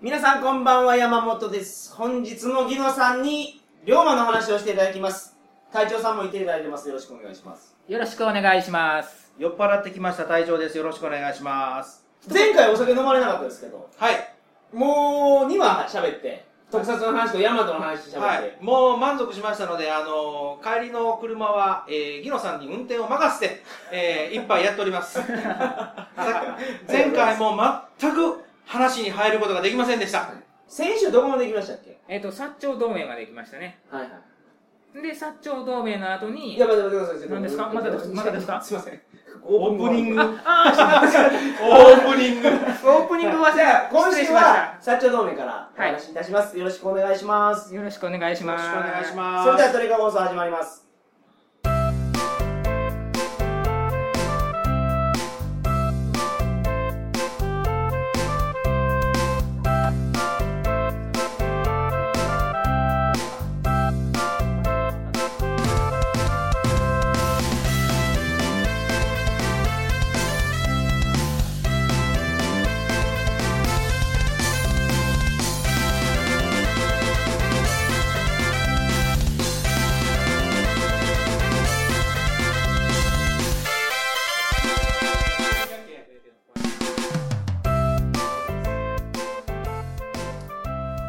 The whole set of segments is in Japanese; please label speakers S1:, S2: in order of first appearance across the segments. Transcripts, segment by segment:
S1: 皆さんこんばんは、山本です。本日もギノさんに、龍馬の話をしていただきます。会長さんもいていただいてます。よろしくお願いします。
S2: よろしくお願いします。
S3: 酔っ払ってきました隊長ですよろしくお願いします
S1: 前回お酒飲まれなかったですけど、
S3: はい
S1: もう2話喋って、特撮の話とヤマトの話喋って、
S3: はいもう満足しましたのであの帰りの車は、えー、ギノさんに運転を任せて、えー、一杯やっておりますさ 前回も全く話に入ることができませんでした
S1: 先週どこまで行きましたっけ
S2: えっ、と、薩長同盟まで行きましたね。
S1: はいはい。
S2: で、薩長同盟の後に、
S1: いや、待って待って待って。
S2: 何ですかまだですまだです か
S1: すいません。
S3: オープニングオ
S2: あ
S3: ープニング
S2: ーオープニングはじゃあ、
S1: 今
S2: 失礼
S1: 週
S2: しま
S1: は
S2: し、
S1: 社長同盟からお話しいたします。よろしくお願いします。
S2: た。よろしくお願いし
S3: よろ
S2: ま
S3: し
S2: す。
S3: くお願いします
S1: それではトリカ放送始まります。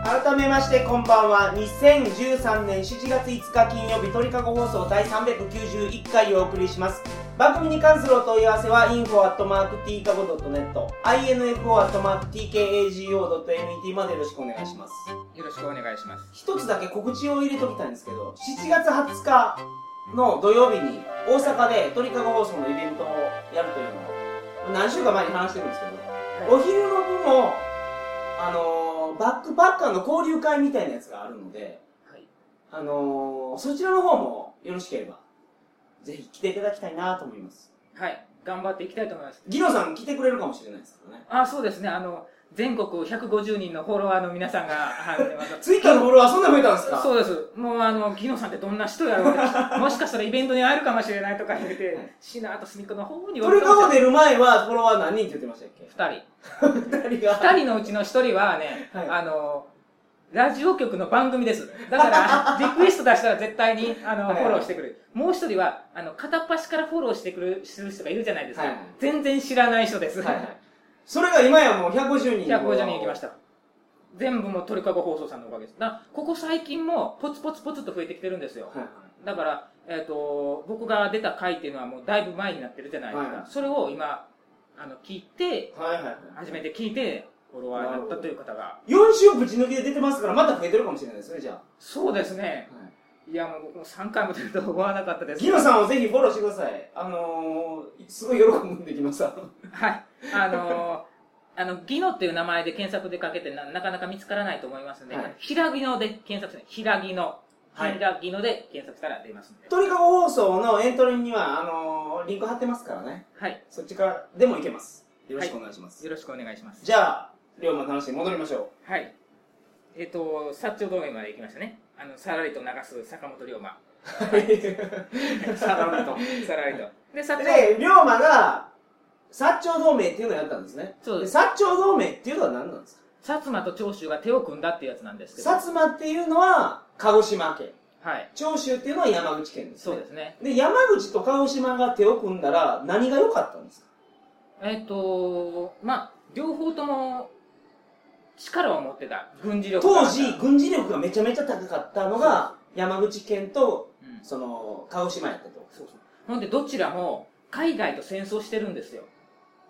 S1: 改めましてこんばんは2013年7月5日金曜日鳥かご放送第391回をお送りします番組に関するお問い合わせは info.tkago.net info.tkago.net までよろしくお願いします
S2: よろしくお願いします。
S1: 一つだけ告知を入れときたいんですけど7月20日の土曜日に大阪で鳥かご放送のイベントをやるというのを何週間前に話してるんですけどお昼の部も、あのーバックパッカーの交流会みたいなやつがあるので、
S2: はい
S1: あのーそちらの方もよろしければ、ぜひ来ていただきたいなと思います。
S2: はい。頑張っていきたいと思います。
S1: ギノさん来てくれるかもしれないですけどね。
S2: あ、そうですね。あの、全国150人のフォロワーの皆さんが、あ のまた
S1: ツイッターのフォロワーそんな増えたんですか
S2: そうです。もうあの、ギノさんってどんな人やろうって もしかしたらイベントに会えるかもしれないとか言って
S1: はい、
S2: しなあと隅っこの方に
S1: トリカゴ出る前はフォロワー何人って言ってましたっけ
S2: 二人。
S1: 二人が。
S2: 二人のうちの一人はね、
S1: はい
S2: あの、ラジオ局の番組です。だから、リクエスト出したら絶対に、あの、
S1: はいはい
S2: フォローしてくれる。もう一人は、あの、片っ端からフォローしてくる、する人がいるじゃないですか。
S1: はいはい
S2: 全然知らない人です。
S1: はい はい。それが今やもう150人。。
S2: 150人行きましたた。全部もう鳥かご放送さんのおかげです。だここ最近も、ポツポツポツと増えてきてるんですよ。
S1: はいはい。
S2: だから、えっ、と、僕が出た回っていうのはもうだいぶ前になってるじゃないですか。
S1: はい
S2: それを今、あの、聞いて、
S1: はいはいはい。
S2: 初めて聞いて、フォロワーになったという方が、
S1: 4週ぶち抜きで出てますから、また増えてるかもしれないですね、じゃあ。
S2: そうですね。
S1: はい
S2: いや、もう僕も3回も出ると思わなかったです。
S1: ギノさんをぜひフォローしてください。あのー、すごい喜んできます。あの
S2: はい。あのー、あの、ギノっていう名前で検索でかけてななかなか見つからないと思いますので、
S1: はい
S2: ひらぎので検索して、ひらぎの、
S1: はい
S2: ひらぎので検索したら出ますので。
S1: トリカゴ放送のエントリーには、あのー、リンク貼ってますからね。
S2: はい。
S1: そっちからでもいけます。よろしくお願いします。
S2: よろしくお願いします。
S1: じゃあ、龍馬の話に戻りましょ
S2: はい。えっ、と、薩長同盟まで行きましたね。あの、さらりと流す坂本龍馬。
S1: う。はい。
S2: さらりと。さらりと。で、薩長。
S1: で、龍馬が、薩長同盟っていうのをやったんですね。
S2: そうです
S1: 薩長同盟っていうのは何なんですか
S2: 薩摩と長州が手を組んだっていうやつなんですけど。
S1: 薩摩っていうのは鹿児島県。
S2: はい。
S1: 長州っていうのは山口県です、ね。
S2: そうですね。
S1: で、山口と鹿児島が手を組んだら何が良かったんですか
S2: えっ、とまあ、両方とも力を持ってた、軍事力があ
S1: 当
S2: った
S1: 時、軍事力がめちゃめちゃ高かったのが、山口県と、
S2: うん
S1: その、鹿児島やったと。
S2: そうそうほんで、どちらも海外と戦争してるんですよ。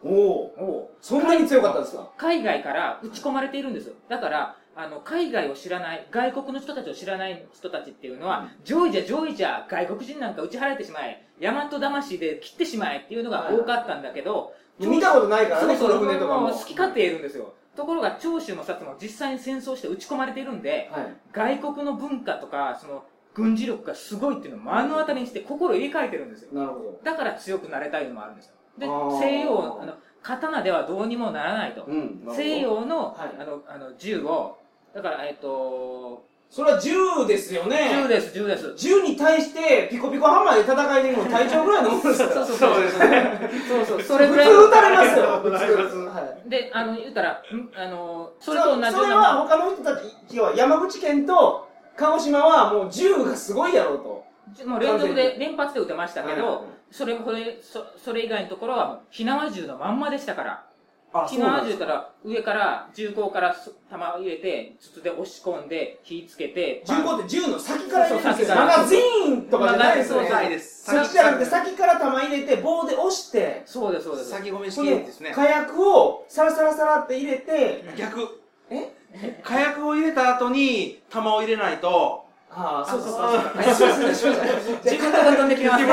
S1: おおそんなに強かったんですか
S2: 海外から打ち込まれているんですよ。だから、あの、海外を知らない、外国の人たちを知らない人たちっていうのは、上位じゃ上位じゃ、外国人なんか打ち払えてしまえ、大和魂で切ってしまえっていうのが多かったんだけど、
S1: 見たことないからね、
S2: そ
S1: そう
S2: そ
S1: の
S2: う、
S1: 船とか
S2: も
S1: も。
S2: う好き勝手言えるんですよ。ところが、長州も薩摩も実際に戦争して打ち込まれているんで、
S1: はい。
S2: 外国の文化とか、その、軍事力がすごいっていうのを目の当たりにして心を入れ替えてるんですよ。
S1: なるほ
S2: だから強くなれたいのもあるんですよ。で、
S1: あー
S2: 西洋、あの、刀ではどうにもならないと
S1: ど。う。ん。なるほど
S2: 西。洋の、
S1: はい
S2: あの、あの、銃を、だから、えっ、と、
S1: それは10ですよ
S2: 10
S1: ね。
S2: です、10です。
S1: 10に対して、ピコピコハンマーで戦いできるの体調ぐらいのものですから。
S2: そうそう
S3: そうですね。
S2: そうそう、 それぐ
S1: 普
S2: らい
S1: 通。打たれます よ。
S3: 打たれます
S1: はい
S2: で、あの、言ったら、んあの、そ
S1: そ
S2: れと同じような
S1: それは他の人たち、要は山口県と鹿児島はもう10がすごいやろうと。
S2: もう連続で、連発で打てましたけ
S1: はいはい
S2: ど、それ、それ、そそれ以外のところはもう、火縄銃のまんまでしたから。
S1: あ
S2: 火縄銃から、上から、銃口からす弾を入れて、筒で押し込んで、火つけて、
S1: 銃口って銃の先から入れるんです
S2: そうそう先か
S1: よ。
S2: ら
S1: マガジーンとかじゃないですよ
S2: マガジンそう
S1: ね。
S2: そう
S3: ないです。
S1: 先じゃなくて先から弾入れて棒で押して、
S2: そうです、そうです。
S3: 先込め
S1: こ
S3: 式
S1: の
S3: ですね。
S1: 火薬をサラサラサラって入れて、
S3: 逆。
S1: え
S3: 火薬を入れた後に弾を入れないと、
S1: ああ、そうそう
S2: あ
S1: そうそう。そうそうそう
S2: 自分 が飛んできます。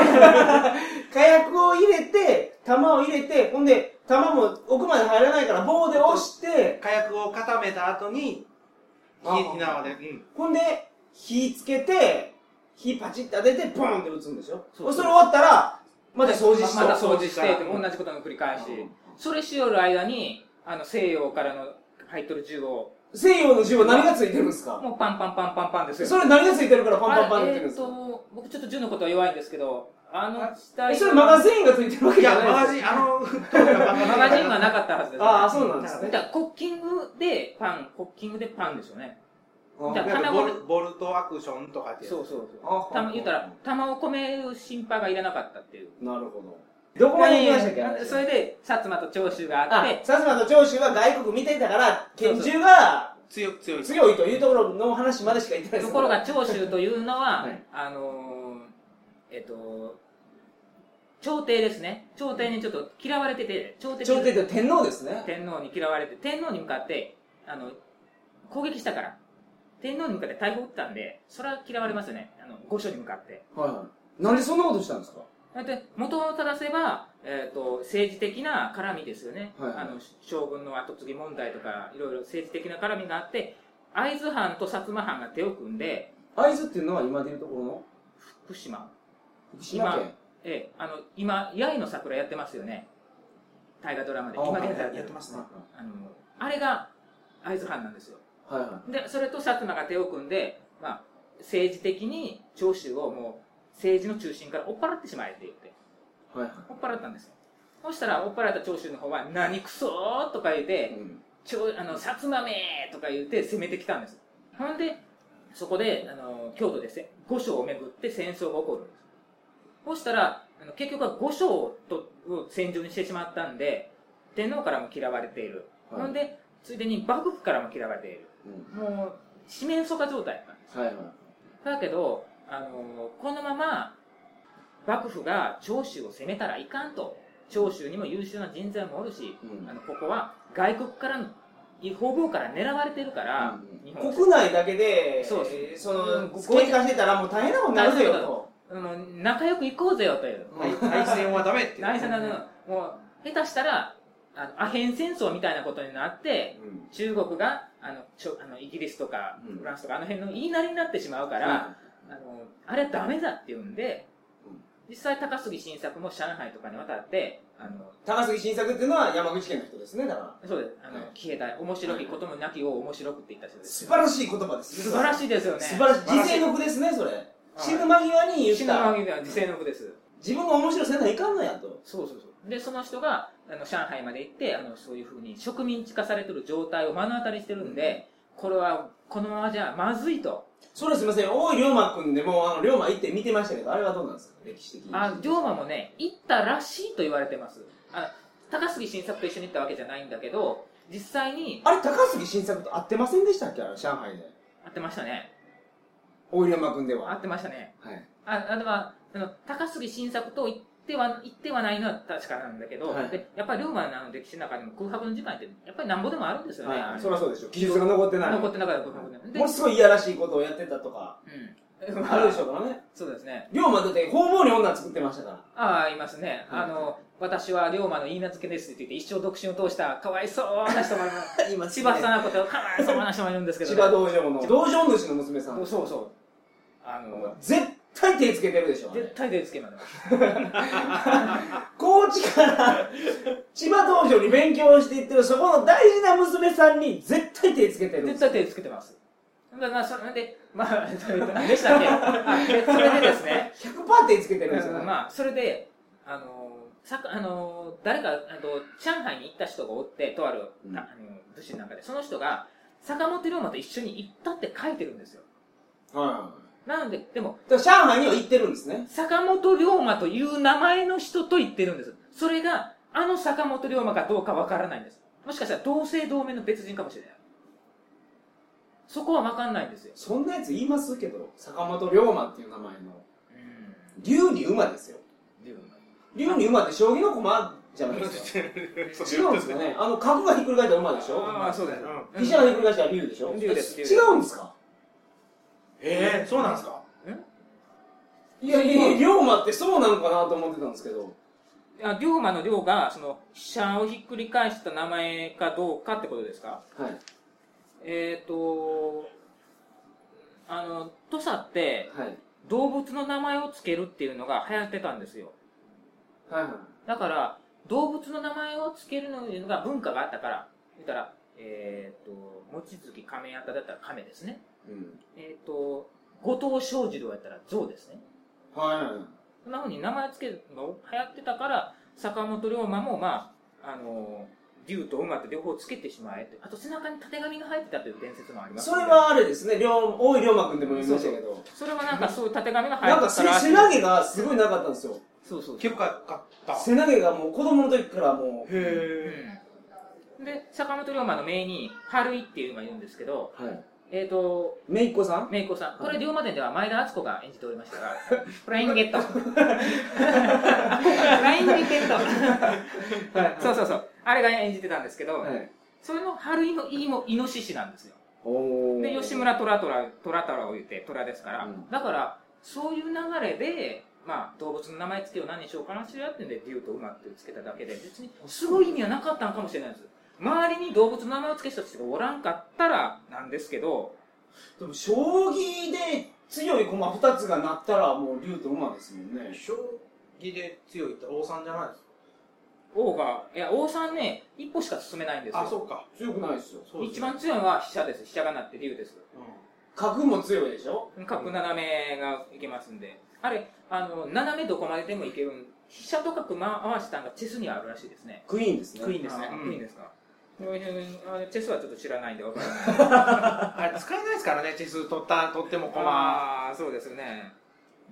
S1: 火薬を入れて、弾を入れて、ほんで、弾も奥まで入らないから棒で押して、
S3: 火薬を固めた後に、
S1: あ
S3: 火火縄で、うん。
S1: ほんで、火つけて、火パチッと当てて、ボーンって打つんでしょ
S2: そうそ
S1: そ
S2: う
S1: れ終わったら、また掃除して、
S2: また掃除して
S3: 掃除し
S2: ってて同じことの繰り返し
S1: うん
S2: それしよる間にあの西洋からの入っとる銃を
S1: 西洋の銃は何がついてるんですか
S2: もうパンパンパンパンパンですよ
S1: それ何がついてるからパンパンパン
S2: あ
S1: って
S2: れ
S1: 言ってるんで
S2: えーっ
S1: すか
S2: と僕ちょっと銃のことは弱いんですけどあの時
S1: え
S2: 代
S1: それマガジンがついてるわけ
S3: い
S1: じゃ
S3: や、
S1: ない
S3: マガ
S1: ン
S3: ジン、あの、
S2: マガジンはなかったはずです
S1: ああ、そうなんです
S2: だ
S1: ね
S2: か。らコッキングでパンコッキングでパンですよね
S1: あ
S2: じゃあ
S3: なんかボルボルトアクションとかってやつ
S2: そうそうそう
S1: あ
S2: た言ったら弾を込める心配がいらなかったっていう
S1: なるほど。どこまで行きましたっけ、
S2: それで薩摩と長州があっ
S1: あ
S2: て、
S1: 薩摩と長州は外国見てたから、拳銃が
S3: 強く強い。
S1: 強いというところの話までしか言ってないです
S2: ところが長州というのは、
S1: はい
S2: あのーえっと朝廷ですね朝廷にちょっと嫌われてて朝廷
S1: 朝廷と天皇ですね。
S2: 天皇に嫌われて天皇に向かってあの攻撃したから天皇に向かって大砲撃ったんでそれは嫌われますよねあの御所に向かって
S1: はいはい。なんでそんなことしたんですか
S2: だって元を正せば、えっと政治的な絡みですよね、
S1: はいはい
S2: あの将軍の跡継ぎ問題とかいろいろ政治的な絡みがあって会津藩と薩摩藩が手を組んで
S1: 会津っていうのは今でいうところの
S2: 福島
S1: 福島県。
S2: ええ、あの今、八重の桜やってますよね、大河ドラマで、
S1: あ
S2: 今
S1: はい
S2: 現在
S3: やってますね。
S2: あのあれが会津藩なんですよ、
S1: はいは
S2: でそれと薩摩が手を組んで、まあ、政治的に長州をもう政治の中心から追っ払ってしまえって言って、
S1: い。はいは
S2: 追っ払ったんですよ、そしたら追っ払った長州の方は、何くそーとか言うて、
S1: うん
S2: ちょあの薩摩めーとか言って攻めてきたんですほんでそこであの京都でせ五所を巡って戦争が起こるんですそうしたらあの結局は五所をとを戦場にしてしまったんで天皇からも嫌われている、
S1: はい
S2: ほんでついでに幕府からも嫌われている
S1: うん
S2: もう四面楚歌状態だったんです
S1: はいはい。
S2: だけどあのこのまま幕府が長州を攻めたらいかんと長州にも優秀な人材もおるし
S1: うん
S2: あのここは外国からの違法防から狙われてるから、日本
S1: 国内だけで、
S2: そうです
S1: えーそ
S2: うん
S1: の、喧嘩してたらもう大変なことになるぜよと。
S2: あの仲良く行こうぜよという
S1: はい
S3: 対戦はダメって。
S2: 内戦なのもう下手したらあのアヘン戦争みたいなことになって中国があのちょあのイギリスとか
S1: うん
S2: フランスとかあの辺の言いなりになってしまうか、
S1: から
S2: あのあれはダメだって言うんで、
S1: うん
S2: 実際高杉晋作も上海とかに渡ってあの
S1: 高杉晋作っていうのは山口県の人ですね、だから。
S2: そうですあの、
S1: はい
S2: 消えた面白きこともなきを面白くって言った人です
S1: 素
S2: よ
S1: 晴らしい言葉です。
S2: 素晴らしいですよね
S1: 素晴らしい。
S3: 素晴らしい
S1: 自制の句ですね、それ。死ぬ間際に言っ
S2: 死ぬ間
S1: た。
S2: 際は自制の句です
S1: 自分が面白いせないかんのやと。
S2: そうそうそうでその人があの上海まで行ってあのそういうふうに植民地化されてる状態を目の当たりにしてるんで、これはこのままじゃまずいと、
S1: それすみません、大井龍馬君でもう、あの、龍馬行って見てましたけど、あれはどうなんですか歴史的に。
S2: あ龍馬もね行ったらしいと言われてますあ高杉晋作と一緒に行ったわけじゃないんだけど実際に
S1: あれ、高杉晋作と会ってませんでしたっけあれ、上海で。
S2: 会ってましたね
S1: 大井龍馬君では。
S2: 会ってましたね
S1: はい。
S2: ああとはあの高杉晋作と行っては行ってはないのは確かなんだけど、
S1: はい
S2: でやっぱり龍馬のあの歴史の中でも空白の時間ってやっぱりなんぼでもあるんですよね、あ
S1: はい。
S2: れ
S1: そりゃそうでしょ。技術が残ってない。
S2: 残ってなかった空白の時間で
S1: ものすごいいやらしいことをやってたとか、
S2: うん
S1: あるでしょうからね。
S2: そうですね。
S1: 龍馬だって、方々に女作ってましたから。
S2: ああ、いますね。
S1: はい
S2: あの、私は龍馬の言い名付けですって言って、一生独身を通した、かわいそうな人も います。
S1: 今
S2: 千葉さんこと、かわいそうな人もいるんですけど、
S1: 千葉道場の、道場主の娘さん。
S2: そうそう。あの、
S1: 絶対手つけてるでしょ。あれ
S2: 絶対手つけまで。
S1: 高知から千葉道場に勉強していってるそこの大事な娘さんに絶対手つけてるんで
S2: 絶
S1: すよ
S2: 対手つけてます。まあまあ、それで、まあ、それで何でしたっけあでそれでですね、
S1: 100%点つけてるんですよ、ね
S2: まあ、それで、あの、さあの誰かあの、上海に行った人がおって、とある、
S1: うん
S2: あの武士の中で、その人が、坂本龍馬と一緒に行ったって書いてるんですよ。
S1: は
S2: なので、でも、
S1: い。でも上海には行ってるんですね。
S2: 坂本龍馬という名前の人と言ってるんです。それが、あの坂本龍馬かどうかわからないんです。もしかしたら同姓同名の別人かもしれない。そこはわかんないんですよ。
S1: そんなやつ言いますけど、坂本龍馬っていう名前の。龍
S2: うん。
S1: に馬ですよ。
S2: 龍馬。
S1: 龍に馬って将棋の駒じゃない ですか。違うんですかね。あの、角がひっくり返った馬でしょ
S2: ああ、そうです。
S1: 飛車がひっくり返したら龍でしょ
S2: 龍です龍です
S1: 違うんですか
S3: えー、そうなんですか
S1: いやいやいや、龍馬ってそうなのかなと思ってたんですけど。
S2: あ龍馬の龍が、その、飛車をひっくり返した名前かどうかってことですか
S1: はい。
S2: えっ、ー、と、あの、土佐って、
S1: はい。
S2: 動物の名前をつけるっていうのが流行ってたんですよ。
S1: はいはい。
S2: だから、動物の名前をつけるのが文化があったから、言ったら、えっ、ー、と、望月亀屋だったら亀ですね。
S1: うん。
S2: えっ、ー、と、後藤正二郎やったら象ですね。
S1: は
S2: そんな風に名前つけるの流行ってたから、坂本龍馬も、まあ、あの竜と馬って両方つけてしまえって。あと背中に縦紙が入ってたという伝説もあり
S1: い。
S2: ます
S1: それ、はあれですね、龍、大井龍馬くんでも言いましたけど。
S2: それはなんかそういう縦紙が入っ
S1: なん
S2: て
S1: か
S2: た
S1: せ
S2: らしい
S1: 背投げがすごいなかったんですよ。
S2: そうそう
S3: 結構かった。へ
S1: 背投げがもう子供の時からもう。
S3: え。
S2: うんで、坂本龍馬の名に、春井っていうのがいるんですけど、
S1: はい。
S2: えっ、ー、と、
S1: めいっ子さん
S2: メイコさん。これ、龍馬伝では前田敦子が演じておりましたが、 フライングゲット。フライングゲット。
S1: はい
S2: そうそうそう。あれが演じてたんですけど、
S1: はい。
S2: それの春井のいもイノシシなんですよ。
S1: おー
S2: で、吉。村虎虎、虎太郎を言って、虎ですから。
S1: うん
S2: だから、そういう流れで、まあ、動物の名前付けを何にしようかなしらってんで、竜と馬ってつけただけで、別に、すごい意味はなかったのかもしれないです。周りに動物の名前を付けた人がおらんかったら、なんですけど、
S1: でも、将棋で強い駒二つが鳴ったらもう竜と馬ですもんね。
S3: 将棋で強いって王さんじゃないです
S2: 王が、いや、王さんね、一歩しか進めないんですよ。
S3: かあ、そうか。
S1: 強くないですよ。
S3: そうです
S2: 一番強いのは飛車です。飛車がなって竜です。
S3: う
S1: 角も強いでしょ
S2: 角斜めがいけますんで。あれ、あの、斜めどこまででもいけるん。飛車と角回したんがチェスにはあるらしいですね。
S1: クイーンですね。
S3: クイーンですね
S2: あ
S3: うん
S2: クイーンですか。あチェスはちょっと知らないんでわからない。
S3: んあれ使えないですからね、チェス取った、取っても駒。
S2: まあ、そうですね。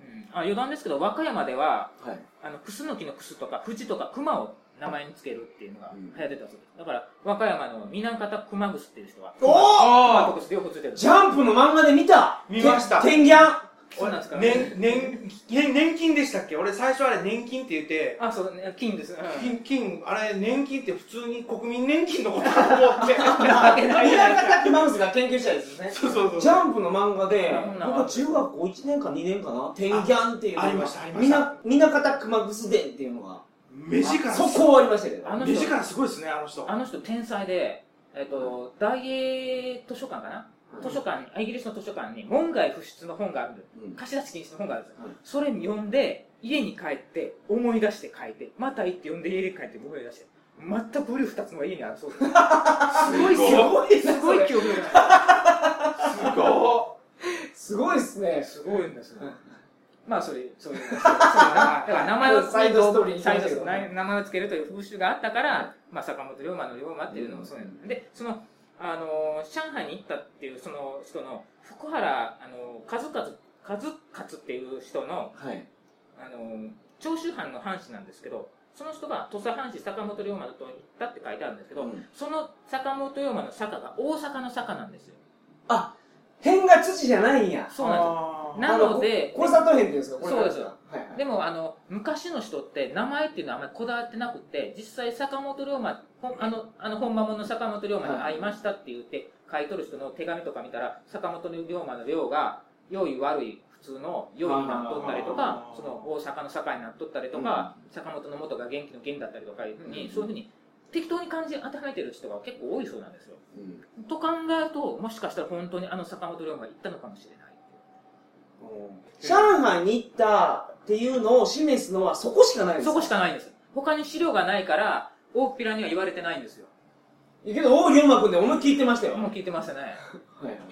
S2: うん、あ余談ですけど、和歌山では、
S1: はい。
S2: あの、クスノキのクスとか、富士とか熊を名前につけるっていうのが
S1: うん
S2: 流行ってたそうです。だから、和歌山の南方熊楠っていう人は、
S1: おお
S2: 熊と
S3: あ
S2: 楠両方ついてるんです
S1: ジャンプの漫画で見た
S3: 見ました
S1: てんぎゃん
S2: そうなんですか
S3: 年、年、年年金でしたっけ俺最初あれ年金って言って、
S2: あ、そう、ね、金です。うん
S3: 金、金、あれ年金って普通に国民年金のことだと思って。
S1: 宮方熊楠が研究者ですね。
S3: そうそうそう。
S1: ジャンプの漫画で
S2: うん、
S1: 僕は中学校1年か2年かな、天ギャンっていうのが
S3: あありましたありました
S1: みな、みなかたくまぐすでんっていうのが、
S3: 目力す
S1: 速攻ありましたけど。
S2: あの
S3: 目
S2: 人
S3: 力すごいですね、あの人。
S2: あの人天才で、えっ、と、大英図書館かな図書館に、イギリスの図書館に門外不出の本があるんです。
S1: うん
S2: 貸し出し禁止の本があるんですよ
S1: うん
S2: それ読んで、家に帰って、思い出して書いて、また行って読んで家に帰って思い出して、全くブリ二つのが家にあるそうです。すごいっすよ。
S1: いな
S2: すごい
S1: そ
S2: 記憶が
S3: すご
S1: れすごいっすね。
S2: すごいんですよ。まあ、それ、そういう、そういう、だから名前をつける
S1: サイドストーリーに
S2: サイド
S1: しま
S2: スト
S1: したけど
S2: 名前をつけるという風習があったから、まあ、坂本龍馬の龍馬っていうのもそうなんです。で、その、あのー、上海に行ったっていう、その人の、福原、あのー、数々、数々っていう人の、
S1: はい。
S2: あのー、長州藩の藩士なんですけど、その人が土佐藩士坂本龍馬と行ったって書いてあるんですけど、
S1: うん
S2: その坂本龍馬の坂が大阪の坂なんですよ。
S1: あ、辺が土じゃないんや。
S2: そうなんです
S3: あー
S2: なので
S1: あのこ交差点辺っていうんですか、これ
S2: そうです
S1: はいはい。
S2: でもあの昔の人って名前っていうのはあまりこだわってなくて実際坂本龍馬ほんあのあの本間もの坂本龍馬に会いましたって言って書いとる人の手紙とか見たら坂本龍馬の龍が良い悪い普通の良いになっとったりとか
S3: あー
S2: その大阪の坂になっとったりとか、坂本の元が元気の元だったりとかいうふうに、
S1: うん
S2: そういうふうに適当に漢字当てはめてる人が結構多いそうなんですよ。
S1: うん
S2: と考えるともしかしたら本当にあの坂本龍馬が行ったのかもしれない。
S1: 上海に行ったっていうのを示すのはそこしかないんです
S2: そ
S1: よ
S2: こしかないんです。他に資料がないから、大っぴらには言われてないんですよ。
S1: いやけど、大龍馬君で思いっきり言ってましたよ。
S2: もう聞いてましたね。
S1: はい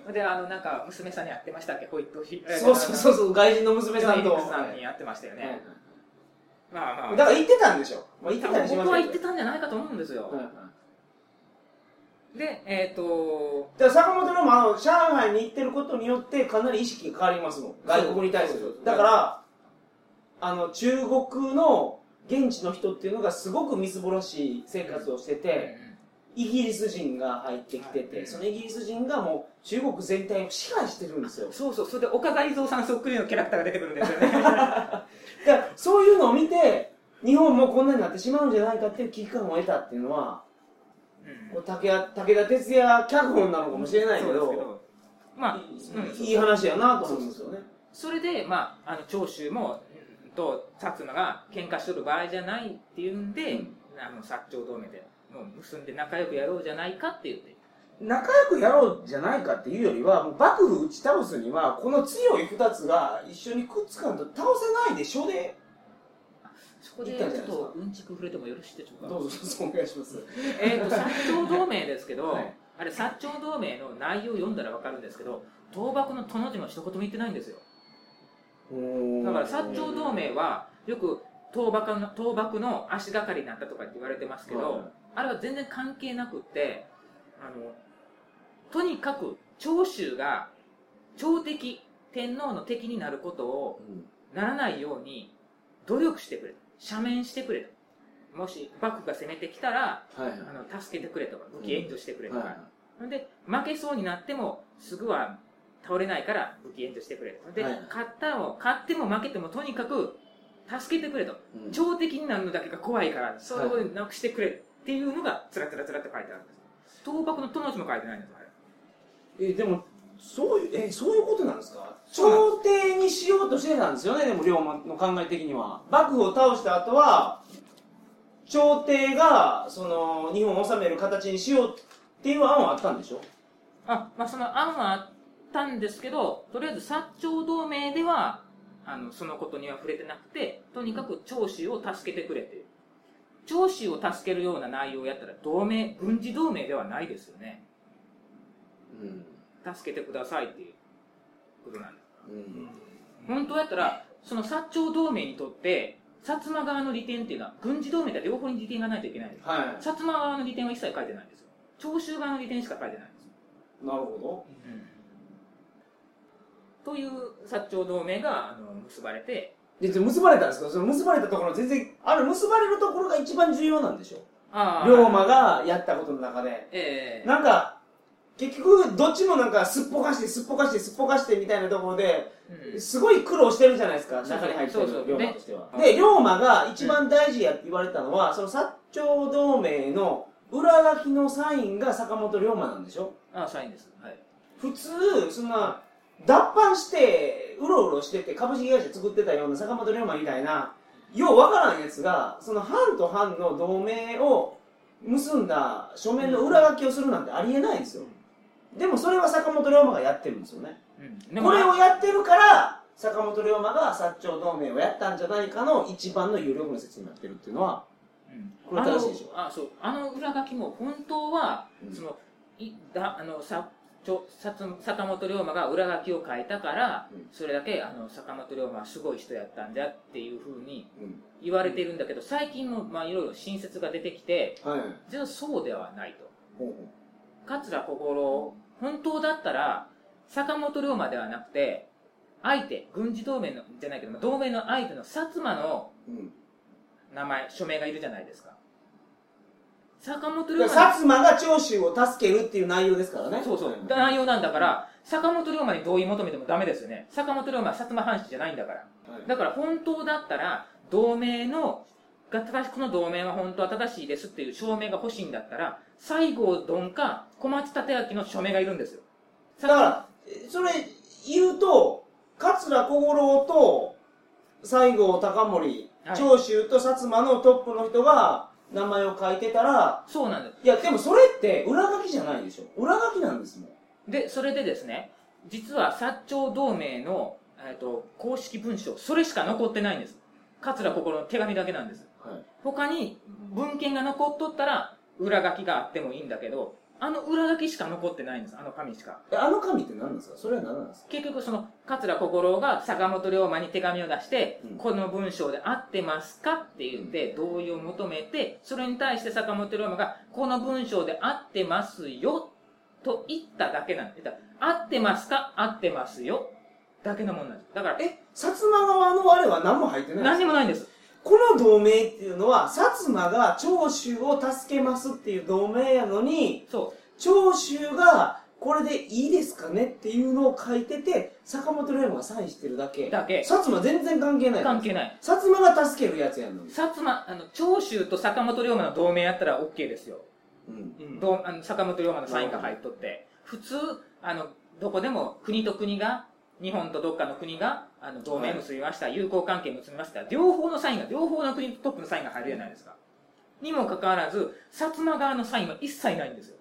S1: はい
S2: で、あの、なんか、娘さんに会ってましたっけホイットヒ。
S1: そうそうそううそう、外人の娘
S2: ジ
S1: さ
S2: ョニ
S1: ん
S2: ー・デ
S1: と。
S2: ップさんに会ってましたよ
S1: はいはい
S2: ね。まあま
S1: はい
S2: あ。
S1: だから言ってたんでしょ。まあ、言って
S2: 多
S1: た
S2: 分
S1: りしま
S2: 僕
S1: す
S2: は言って
S1: た。
S2: たんじゃないかと思うんですよ。
S1: はいはい
S2: で、えっ、と、
S1: だから坂本龍馬あの上海に行ってることによってかなり意識が変わりますもん外国に対す
S2: そうそう
S1: る
S2: そう
S1: だからあの中国の現地の人っていうのがすごくみすぼらしい生活をしてて、イギリス人が入ってきてて、
S2: はい
S1: そのイギリス人がもう中国全体を支配してるんですよ
S2: そうそう、それで岡田伊蔵さんそっくりのキャラクターが出てくるんですよ ね。
S1: だからそういうのを見て日本もこんなになってしまうんじゃないかっていう危機感を得たっていうのはこう武田武田鉄矢脚本なのかもしれないけ
S2: そうですけ
S1: ど
S2: ど。まあ、うん
S1: いい話やなと思うんですよね
S2: それで、まあ、あの長州もうんと薩摩が喧嘩しとる場合じゃないっていうんで、
S1: うん
S2: あの薩長同盟でもう結んで仲良くやろうじゃないかって言って
S1: 仲良くやろうじゃないかっていうよりはもう幕府打ち倒すにはこの強い2つが一緒にくっつかんと倒せないでしょで
S2: そこで
S1: 言っ
S2: ち
S1: た
S2: ょ
S1: んじゃない
S2: っ
S1: ですか
S2: とうんちく触れてもよろしいでしょうか
S1: どうぞどうぞお願いします
S2: えーと薩長同盟ですけど、
S1: はい
S2: あれ薩長同盟の内容を読んだら分かるんですけど倒幕の殿字も一言も言ってないんですよだから薩長同盟はよく倒幕の倒幕の足がかりになったとかって言われてますけど、あれは全然関係なくって、あの、とにかく長州が朝敵、天皇の敵になることをならないように努力してくれと。斜面してくれと。もし幕府が攻めてきたら、
S1: はいはい
S2: あの、助けてくれとか、武器援助してくれと
S1: は
S2: か。ほんで、負けそうになっても、すぐは倒れないから武器援助してくれと。で、
S1: はい
S2: 勝ったも、勝っても負けてもとにかく助けてくれと。
S1: いうん
S2: 朝敵になるのだけが怖いから、そういうことなくしてくれっていうのが、つらつらつらって書いてあるんです。倒幕の友達も書いてないんです、あれ。
S1: えでもそういうえそういうことなんですか
S2: そ
S1: 朝廷にしようとしてたんですよねでも龍馬の考え的には幕府を倒した後は朝廷がその日本を治める形にしようっていう案はあったんでしょ
S2: あ、まあその案はあったんですけど、とりあえず薩長同盟では、あの、そのことには触れてなくて、とにかく長州を助けてくれっていう。長州を助けるような内容をやったら、同盟、軍事同盟ではないですよね。
S1: うん
S2: 助けてくださいっていうことなんです。
S1: うん
S2: 本当やったら、その薩長同盟にとって、薩摩側の利点っていうのは、軍事同盟では両方に利点がないといけないんです。
S1: はい
S2: 薩摩側の利点は一切書いてないんですよ。長州側の利点しか書いてないんですよ。
S1: なるほ
S2: という薩長同盟があの結ばれて、
S1: ど。で、結ばれたんですかその結ばれたところ全然、あれ結ばれるところが一番重要なんでしょ
S2: あー
S1: 龍馬。がやったことの中で。
S2: ええ
S1: なんか、結局、どっちもなんか、すっぽかして、すっぽかして、すっぽかしてみたいなところで、
S2: うん
S1: すごい苦労してるじゃないですか、
S2: そうそう
S1: 中に入ってる
S2: そうそう
S1: 龍馬としては。
S2: ね
S1: で、龍馬が一番大事やって言われたのは、その薩長同盟の裏書きのサインが坂本龍馬なんでしょ
S2: あー、サインです。はい。
S1: 普通そんな脱藩してうろうろしてて株式会社作ってたような坂本龍馬みたいなようわからんやつがその藩と藩の同盟を結んだ書面の裏書きをするなんてありえないんですよでもそれは坂本龍馬がやってるんですよね
S2: うん、でも
S1: これをやってるから坂本龍馬が薩長同盟をやったんじゃないかの一番の有力な説になってるっていうのは
S2: うん
S1: これ正しいでしょ
S2: あのあそうあの裏書きも本当は、
S1: うん
S2: そのいだあのさちょさつ坂本龍馬が裏書きを書いたから、
S1: うん
S2: それだけあの坂本龍馬はすごい人やったんじゃっていうふうに
S1: うん
S2: 言われてるんだけど、最近もまあいろいろ新説が出てきて
S1: はい
S2: 実はそうではないと
S1: ほう
S2: 桂心本当だったら坂本龍馬ではなくて相手軍事同盟のじゃないけどまあ同盟の相手の薩摩の
S1: ほううん
S2: 名前署名がいるじゃないですか坂本龍
S1: だ
S2: 馬
S1: から薩摩が長州を助けるっていう内容ですからね
S2: そうそう
S1: う。ん
S2: 内容なんだから、坂本龍馬に同意求めてもダメですよね。坂本龍馬は薩摩藩士じゃないんだから。
S1: はい
S2: だから本当だったら、同盟の、が正しくこの同盟は本当は正しいですっていう証明が欲しいんだったら、西郷どんか小松立明の署名がいるんですよ。
S1: だから、えそれ言うと、桂小五郎と西郷隆盛、
S2: はい
S1: 長州と薩摩のトップの人が名前を書いてたら、
S2: そうなんです。
S1: いや、でもそれって裏書きじゃないでしょ。裏書きなんですもん。
S2: で、それでですね、実は薩長同盟の、えっ、と、公式文書、それしか残ってないんです。桂心の手紙だけなんです。
S1: はい。
S2: 他に文献が残っとったら裏書きがあってもいいんだけど、あの裏書きしか残ってないんです、あの紙しか。
S1: えあの紙って何なんですかそれは何なんですか
S2: 結局その桂小五郎が坂本龍馬に手紙を出して、
S1: うん
S2: この文章で合ってますかって言って同意を求めてそれに対して坂本龍馬がこの文章で合ってますよと言っただけなんでだから合ってますか合ってますよだけのもんなんですだから
S1: え薩摩側のあれは何も入ってないん
S2: 何
S1: です
S2: に
S1: か
S2: もないんです
S1: この同盟っていうのは薩摩が長州を助けますっていう同盟やのに
S2: そ
S1: 長州がこれでいいですかねっていうのを書いてて坂本龍馬がサインしてるだけ
S2: うだけ
S1: 薩摩全然関係ない
S2: 関係ない
S1: 薩摩が助けるやつやのに
S2: 薩、摩あの長州と坂本龍馬の同盟やったら OK ですよ
S1: うん、
S3: うん
S2: どうあの坂本龍馬のサインが入っとって、普通あの、どこでも国と国が、日本とどっかの国があの同盟結びました、友好関係結びました、両方のサインが、両方の国とトップのサインが入るじゃないですか。にもかかわらず、薩摩側のサインは一切ないんですよ。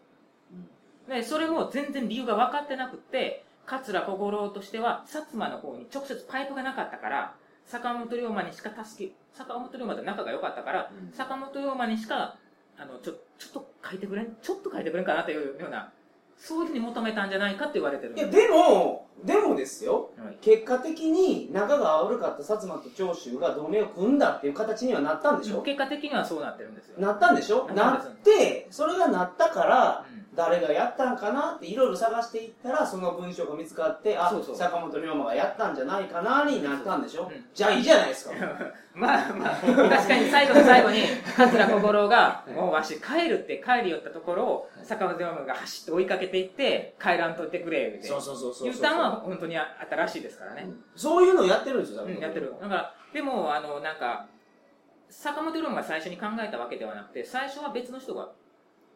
S2: でそれも全然理由が分かってなくって、桂小五郎としては、薩摩の方に直接パイプがなかったから、坂本龍馬にしか助け、坂本龍馬と仲が良かったから、
S1: うん
S2: 坂本龍馬にしか、あの、ちょ、ちょっと書いてくれん、ちょっと書いてくれんかなというような、そういうふうに求めたんじゃないかって言われてるん
S1: い
S2: で
S1: や
S2: す。
S1: でもでもですよ
S2: はい
S1: 結果的に仲が悪かった薩摩と長州が同盟を組んだっていう形にはなったんでしょ、
S2: 結果的にはそうなってるんですよ。
S1: なったんでしょ
S2: な
S1: な
S2: ったん
S1: っ
S2: で
S1: てそれがなったから
S2: うん
S1: 誰がやったんかなっていろいろ探していったらその文章が見つかってあ
S2: そうそう
S1: 坂本龍馬がやったんじゃないかなになったんでしょ、
S2: うん
S1: じゃあいいじゃないですか
S2: まあまあ、確かに最後の最後に、 桂小五郎が、もうわし帰るって帰り寄ったところを、坂本龍馬が走って追いかけていって、帰らんといてくれ、みたい
S1: そう
S2: な。
S1: そうそうそう
S2: 言ったのは本当にあったらしいですからね。
S1: そういうのやってるんですよ、
S2: うん、やってる。だから、でも、あの、なんか、坂本龍馬が最初に考えたわけではなくて、最初は別の人が、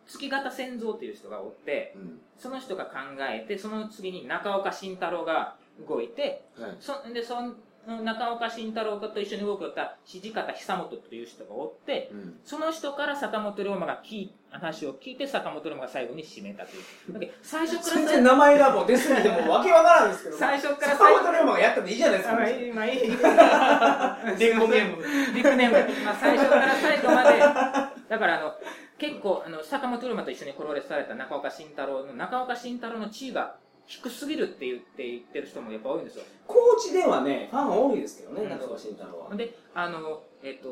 S2: 月形仙蔵っていう人がおって、
S1: うん
S2: その人が考えて、その次に中岡慎太郎が動いて、
S1: はい
S2: そで、その中岡慎太郎と一緒に動くよった土方久本という人がおって、
S1: うん
S2: その人から坂本龍馬が聞い話を聞いて、坂本龍馬が最後に締めたという。だけど最初から
S1: 全然名前がもう出過ぎてもうわけわからんですけど
S2: 最初から
S1: 坂
S2: 最後
S1: 本龍馬がやったんでいいじゃないですか
S2: あまあいい、まあ いい。
S3: 伝言 ゲーム。
S2: ビッグネーム、まあ、最初から最後まで、だからあの結構あの、坂本龍馬と一緒にプロレスされた中岡慎太郎の、中岡慎太郎の地位が低すぎるって言って言ってる人もやっぱ多いんですよ。
S1: 高知ではねファン多いですけど
S2: う
S1: ね
S2: ん
S1: 中岡慎太郎は
S2: で、あの、えっと、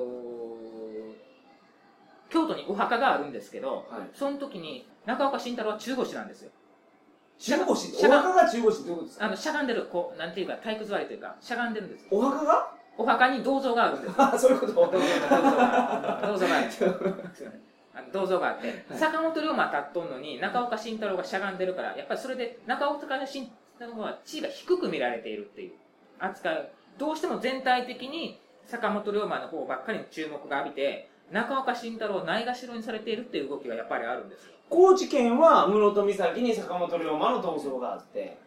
S2: 京都にお墓があるんですけど、
S1: はい
S2: その時に中岡慎太郎は中腰なんですよ。
S1: 中腰って
S2: しゃ
S1: お
S2: が
S1: 墓が中腰ってどういうことです
S2: あ
S1: か
S2: のしゃがんでる、こう、なんていうか、体育座りというか、しゃがんでるんですよ。
S1: お墓が
S2: お墓に銅像があるんですよ
S1: あそういうこ
S2: 銅像
S1: と
S2: が銅像があってあの銅像があって坂本龍馬は立っとんのに中岡慎太郎がしゃがんでるからやっぱりそれで中岡慎太郎は地位が低く見られているっていう扱いどうしても全体的に坂本龍馬の方ばっかりに注目が浴びて中岡慎太郎をないがしろにされているっていう動きがやっぱりあるんですよ
S1: 高知県は室戸岬に坂本龍馬の銅像があって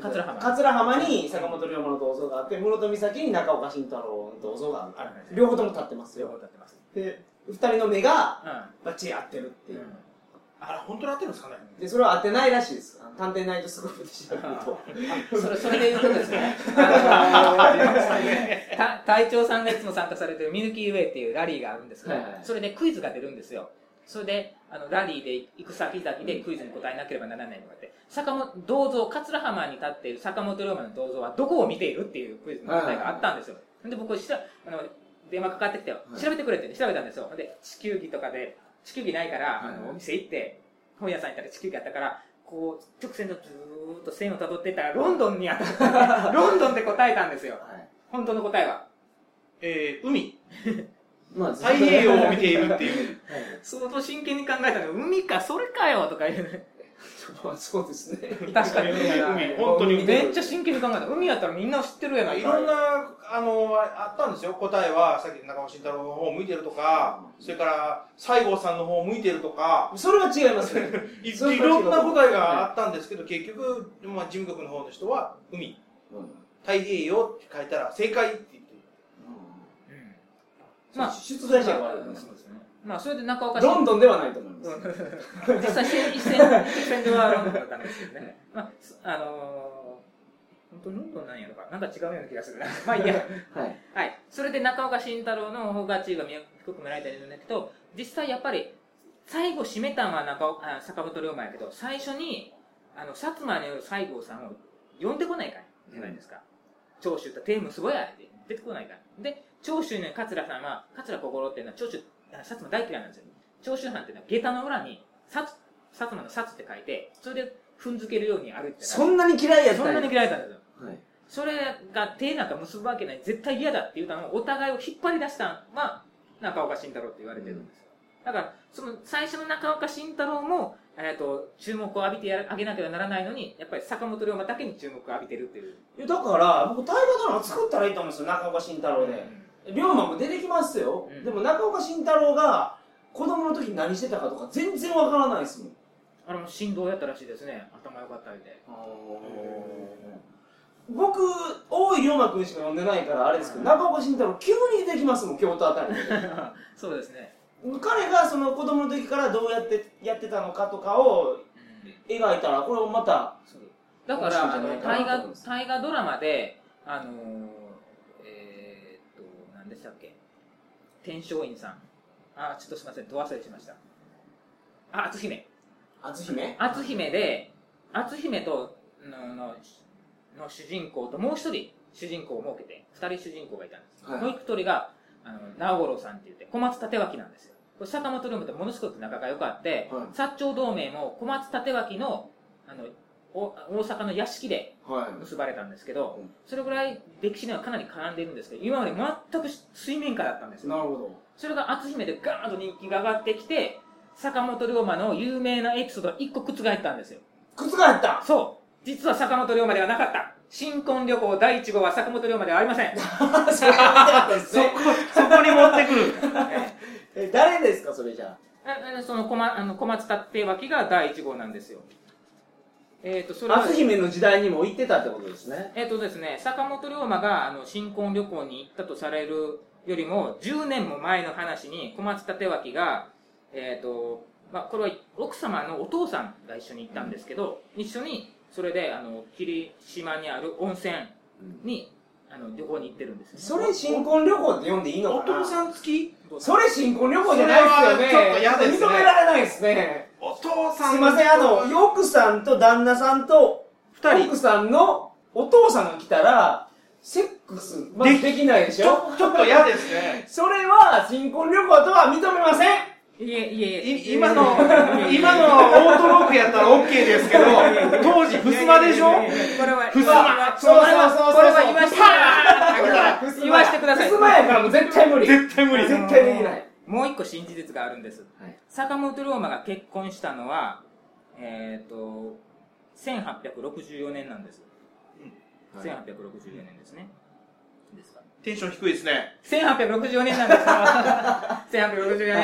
S2: 桂浜
S1: 桂浜に坂本龍馬の銅像があって室戸岬に中岡慎太郎の銅像がある両方とも立ってます
S2: そういうこ
S1: よ
S2: とやってます
S1: で二人の目が
S2: う
S1: バッチリ合ってるって
S2: ん
S1: いう、
S3: あれ、本当に合ってるんですかね
S1: でそれは合ってないらしいですあの探偵ナイトスクープで調べると
S2: うん それそれで言うとですね、あのた隊長さんがいつも参加されてるミルキーウェイっていうラリーがあるんですけど、
S1: はいはい
S2: それでクイズが出るんですよ。それで、あの、ラリーで行く先々でクイズに答えなければならないのがあって、坂本、銅像、桂浜に立っている坂本龍馬の銅像はどこを見ているっていうクイズの答えがあったんですよ。で、僕、しらあの、電話かかってきて、
S1: い
S2: 調べてくれって調べたんですよ。で、地球儀とかで、地球儀ないから、
S1: はい
S2: あの、お店行って、本屋さん行ったら地球儀あったから、こう、直線のずーっと線をたどっていったら、ロンドンにあった。ロンドンで答えたんですよ。
S1: はい
S2: 本当の答えは。
S3: えー、海、
S1: まあ
S3: 太平洋を見ているっていう。
S2: 相当真剣に考えたの、海か、それかよとか言うね。
S1: まあ そうですね
S2: 確かに
S3: 海、 海、本当に海。
S2: めっちゃ真剣に考えた。海やったらみんな知ってるやない
S3: い
S2: か。
S3: ろんな、あの、あったんですよ。答えは、さっき中尾慎太郎の方向いてるとか、それから、西郷さんの方向いてるとか、
S1: それは違いますね
S3: い
S1: そう
S3: いろんな答えがあったんですけど、結局、まあ、事務局の方の人は、海、太平洋って書いたら正解って言ってる。
S2: うん
S1: ま
S2: ま
S1: あ、
S2: あ、
S1: 出題者が悪いです。
S2: まあ、それで中岡
S1: ロンドンではないと思います。
S2: 実際 一戦、一戦ではロンドンだったんですけどね。まあ、すあのー、本当にロンドンなんやろか。なんか違うような気がするな。まあいいや。
S1: はい。
S2: はい。それで中岡慎太郎の方が地位が低く見られてるんだけど、実際やっぱり、最後締めたんは中岡あ坂本龍馬やけど、最初に、あの、薩摩の西郷さんを呼んでこないかいじゃないですか。長州と手結ぼやって出てこないかい。で、長州の桂さんは、桂心っていうのは長州、あ薩摩大嫌いなんですよ。長州藩っていうのは下駄の裏に、薩、薩摩の薩って書いて、それで踏んづけるように歩いてたら
S1: そんなに嫌いやった
S2: そんなに嫌いだったんですよ。
S1: はい
S2: それが手なんか結ぶわけない、絶対嫌だっていうのをお互いを引っ張り出したんは、中岡慎太郎って言われてるんですよ。だから、その最初の中岡慎太郎も、えっ、と、注目を浴びてやらあげなければならないのに、やっぱり坂本龍馬だけに注目を浴びてるっていう。
S1: いやだから僕大河ドラマ作ったらいいと思うんですよ中岡慎太郎で龍馬も出てきますよ、
S2: うん
S1: でも中岡慎太郎が子供の時に何してたかとか全然わからないですもん
S2: あれも振動やったらしいですね。頭良かったりで。
S1: 僕大井龍馬君しか読んでないからあれですけど、
S2: うん
S1: 中岡慎太郎急に出てきますもん京都あたりで
S2: そうですね。
S1: 彼がその子供の時からどうやってやってたのかとかを描いたらこれもまた
S2: そうだか
S1: 面白いん
S2: ら、
S1: じ
S2: あ
S1: ゃない
S2: の、
S1: かなと思
S2: 大河
S1: いま、す
S2: 大河ドラマで、あのー、えー、っと、何でしたっけ天璋院さん。あ、ちょっとすみません、ど忘れしました。あ、篤姫。
S1: 篤姫
S2: 篤姫で、篤姫とののの主人公ともう一人主人公を設けて、二人主人公がいたんです。
S1: はい
S2: もう一人が、あの、直五郎さんって言って、小松立脇なんですよ。これ坂本龍馬とものすごく仲が良かって、
S1: はい
S2: 薩長同盟も小松立脇の、あの、お大阪の屋敷で
S1: はい
S2: 結ばれたんですけど
S1: うん、
S2: それぐらい歴史にはかなり絡んでいるんですけど、今まで全く水面下だったんですよ。
S1: なるほど
S2: それが篤姫でガーンと人気が上がってきて、坂本龍馬の有名なエピソードが一個覆ったんですよ。
S1: 覆 った
S2: そう実は坂本龍馬ではなかった新婚旅行第1号は坂本龍馬ではありませ ん。
S1: それは見たかったです
S3: そこ
S1: ね、
S3: そこに持ってくる。
S1: え誰ですかそれじゃあ
S2: ああその小まあの小松立脇が第1号なんですよ。えっ、と、それは
S1: 篤、姫の時代にも行ってたってことですね
S2: えっ、とですね、坂本龍馬があの新婚旅行に行ったとされるよりも、10年も前の話に小松立脇が、えっ、と、まあ、これは奥様のお父さんが一緒に行ったんですけど、一緒に、それで、あの、霧島にある温泉に、あの、旅行に行ってるんですよね、
S1: それ新婚旅行って呼んでいいの
S3: お
S1: かな
S3: 父さん付き
S1: それ新婚旅行じゃないですよね
S3: それはちょっと嫌ですね
S1: 認められないですね
S3: お父さん
S1: すいませんあの奥さんと旦那さんと
S3: 二人
S1: 奥さんのお父さんが来たらセックスまずできないでし
S3: ちょ
S1: ょ
S3: ちょっと嫌ですね。
S1: それは新婚旅行とは認めません
S2: いえいえいえ。
S3: い今の、今のオートロークやったら OK ですけど、当時、ふすまでしょ
S2: いやいやいやこれは、
S3: ふすま
S2: それは
S1: そうそうそうそう
S2: これは言わしてください。
S1: ふすまふす
S2: 言わしてください。
S1: まやからもう絶対無理
S3: 絶対無理。
S1: 絶対できない
S2: もう一個新事実があるんです。
S1: はい
S2: 坂本龍馬が結婚したのは、えっ、と、1864年なんです。
S1: はい
S2: 1864年ですね。ですか
S3: テンション低いですね。
S2: 1864年な んですよ。1864年。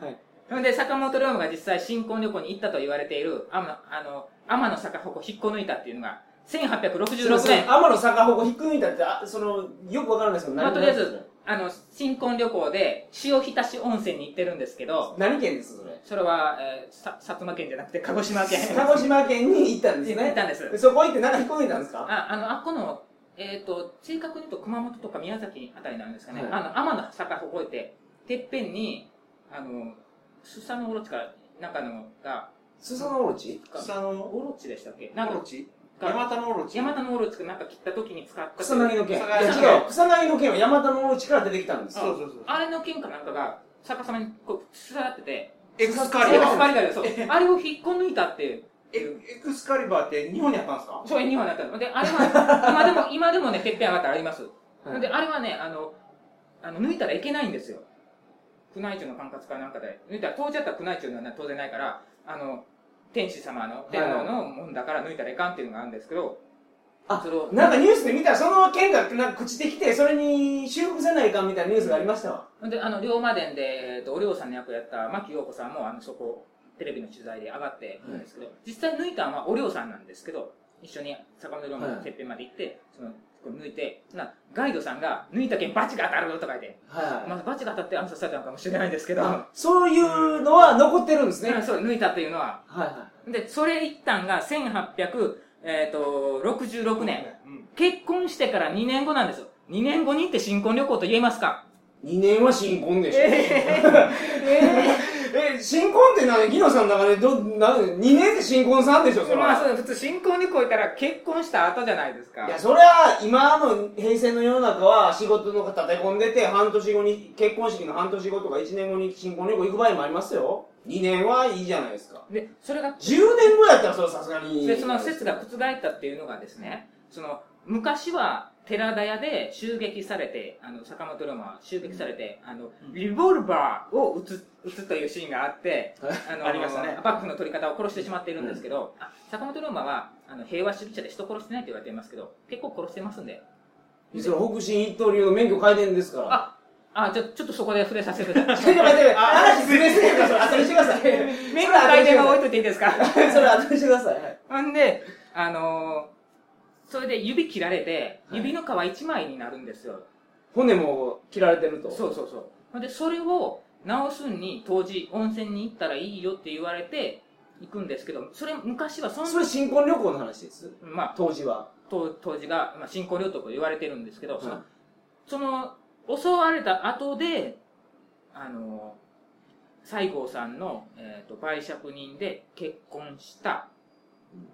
S1: はい
S2: ほんで、坂本龍馬が実際新婚旅行に行ったと言われている、天のあの、天の坂鉾を引っこ抜いたっていうのが、1866年。
S1: 天の坂鉾ひっくり返ったってあそのよくわからないですけど
S2: まあ、
S1: 何
S2: とりあえず、あの、新婚旅行で、塩浸し温泉に行ってるんですけど、
S1: 何県ですそれ
S2: それは、えーさ、薩摩県じゃなくて、鹿児島県。
S1: 鹿児島県に行ったんですね
S2: 行ったんです
S1: そこ行ってなんか引っ込んでたんですか
S2: あ、あの、あっこの、えっ、と、正確に言うと熊本とか宮崎あたりなんですかね。
S1: はい
S2: あの、天の坂覚えて、てっぺんに、あの、スサノオロチか、なんかのが、
S1: スサノオロチ
S3: 草の
S2: オロチでしたっけ
S3: オ
S2: なん
S3: ロ
S2: か、
S3: チ
S2: が
S3: 山田のオロチ
S2: ヤマタノオロチかなんか切った時に使った。
S1: 草薙の剣い
S3: 草
S1: や
S3: 薙
S1: 違
S3: の剣
S1: う草薙の剣は山田のオロチから出てきたんです
S3: そうそうそう。
S2: あれの剣かなんかが、逆さまにこう、つらってて、
S3: エクス
S2: あ
S3: カ
S2: れ
S3: リ
S2: が
S3: バ
S2: スパ
S3: ー。
S2: リガルそう。あれを引っこ抜いたっていう。
S3: エエクスカリバーって日本にあったんですか
S2: そう、日本だったの。で、あれは、今でも、今でもね、てっぺん上がったらあります。
S1: はい
S2: で、あれはね、あの、あの、抜いたらいけないんですよ。宮内庁の管轄かなんかで。抜いたら、当時あったら宮内庁には当然ないから、あの、天使様の、天皇のもんだから抜いたらいかんっていうのがあるんですけど、
S1: あ
S2: それを、
S1: なんかニュースで見たらその剣がなんか朽ちてきてそれに修復せないかんみたいなニュースがありましたわ
S2: で、あの、龍馬伝で、えっ、と、お龍さんの役をやった牧陽子さんも、あの、そこ、テレビの取材で上がってるんですけど、実際抜いたのはお龍さんなんですけど、一緒に坂本龍馬のてっぺんまで行って、その、こう抜いて、な、ガイドさんが、抜いた剣バチが当たるとか言って、
S1: はい
S2: まずバチが当たって暗殺されたのかもしれないんですけど、
S1: あそういうのは残ってるんですね
S2: うんそう、抜いたというのは。
S1: はいは
S2: で、それ一旦が1866、えっと66年。
S3: うん
S2: 結婚してから2年後なんですよ。2年後に行って新婚旅行と言えますか
S1: い2年は新婚でしょ
S2: え
S1: え、新婚ってな、ギノさんの中で、ど、な、2年で新婚さんでしょ、それは。
S2: まあ、そう普通新婚に超えたら結婚した後じゃないですか
S1: いや、それは、今の平成の世の中は、仕事の立て込んでて、半年後に、結婚式の半年後とか1年後に新婚旅行行く場合もありますよ。2年はいいじゃないですか。
S2: でそれが
S1: 10年ぐらいやったら、それはさすがに。
S2: でその説が覆ったっていうのがですねその昔は寺田屋で襲撃されてあの坂本龍馬は襲撃されて、あの
S3: うん
S2: リボルバーを撃つ撃つというシーンがあってあの
S3: ありましたね
S2: 幕府の取り方を殺してしまっているんですけど、あ坂本龍馬はあの平和主義者で人殺してないと言われていますけど結構殺してますんで
S1: その北進一刀流の免許改伝ですから。
S2: ああじゃあちょっとそこで触れさせてくだ
S1: ちょ
S2: さ
S1: っ
S2: い
S1: と待って、話ずれすぎるから、それ後にしてください。
S2: メンバー回転は置いといていいですか
S1: それ後にしてください。
S2: ほんで、あのーそれで指切られて、
S1: はい
S2: 指の皮一枚になるんですよ。
S1: 骨も切られてると。
S2: そうそうそう。ほんで、それを直すんに、当時、温泉に行ったらいいよって言われて、行くんですけど、それ、昔はそん
S1: それ新婚旅行の話です。
S2: まあ、
S1: 当時は。
S2: 当当時が、まあ、新婚旅行と言われてるんですけど、そ
S1: は
S2: の
S1: い、
S2: その、襲われた後で、あのー西郷さんの、えー、と売借人で結婚した。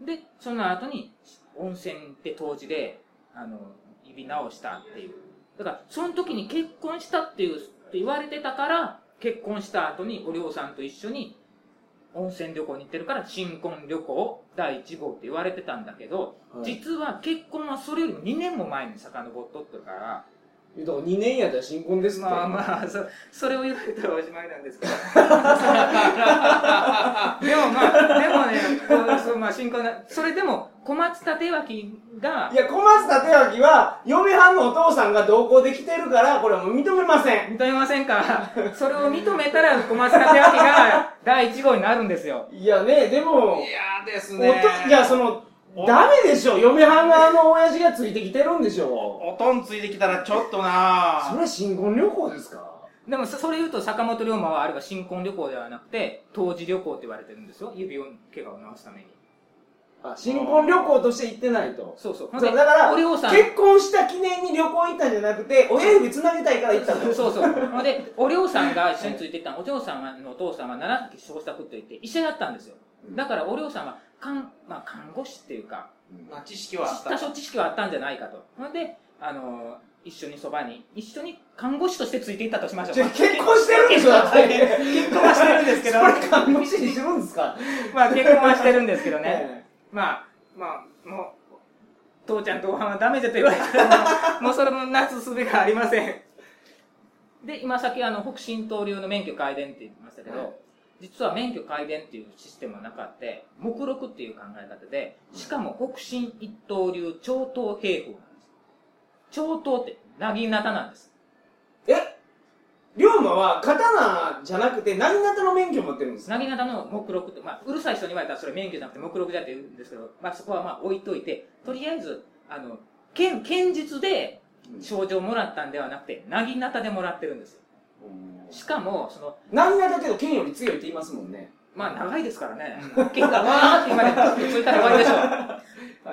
S2: で、その後に温泉で当時で、あの、指直したっていう。だから、その時に結婚したっていう、って言われてたから、結婚した後におりょうさんと一緒に温泉旅行に行ってるから、新婚旅行第1号って言われてたんだけど、
S1: はい
S2: 実は結婚はそれよりも2年も前に遡っとってるから、
S1: だから2年やったら新婚ですって。
S2: まあまあ、そそれを言われたらおしまいなん ですけど。でもまあ、でもね、こうそうまあ、新婚な、それでも、小松立脇が
S1: い、や、小松立脇は、嫁はんのお父さんが同行できてるから、これはもう認めません。
S2: 認めませんかそれを認めたら、小松立脇が第1号になるんですよ。
S1: いやね、でも、
S3: いやーです
S1: お
S3: ね
S1: といや、その、
S3: お
S1: ダメでしょ。嫁はんがあの親父がついてきてるんでしょ。
S3: おとんついてきたらちょっと
S1: そ
S3: な
S1: れは新婚旅行ですか
S2: でもそ、それ言うと坂本龍馬はあれは新婚旅行ではなくて、当時旅行って言われてるんですよ。指を、怪我を治すために。
S1: あ新婚旅行として行ってないと。
S2: そうそう。ほんで
S1: そうだから
S2: お龍さん。
S1: 結婚した記念に旅行行ったんじゃなくて親指つなげたいから行ったんです
S2: そうそう。ほんで、お嬢さんが一緒についてったのお嬢さんのお父さんは奈良崎小作といって医者だったんですよ。だからお嬢さんは看、まあ、看護師っていうか、
S3: まあ知識はあった
S2: 多少知識はあったんじゃないかと。ほんで、あのー一緒にそばに、一緒に看護師としてついていったとしましょう。
S1: じゃあ結婚してるんでしょだって
S3: 結婚はしてるんですけ ど
S1: それ看護師にするんですか
S2: まあ 結婚はしてるんですけどね。
S1: ね
S2: まあ、まあ、もう、父ちゃんとご飯はダメじゃと言われたら、もうそれもなすすべがありません。で、今さっきあの、北進東流の免許改伝って言ってましたけど、
S1: はい
S2: 実は免許改伝っていうシステムはなかって、目録っていう考え方で、しかも北進一刀流超刀兵法なんです。超刀って、なぎなたなんです。
S1: え龍馬は刀じゃなくて何型の免許持ってるんですか
S2: なぎなたの目録って、まあ、うるさい人に言われたらそれ免許じゃなくて目録だって言うんですけど、まあそこはまあ置いといて、とりあえず、あの、剣、剣術で賞状をもらったんではなくて、なぎなたでもらってるんですよ。しかも、その、
S1: 何型けど剣より強いって言いますもんね
S2: まあ長いですからね。剣がわーって今ね、パッとついたら終わ りでしょ
S1: はいは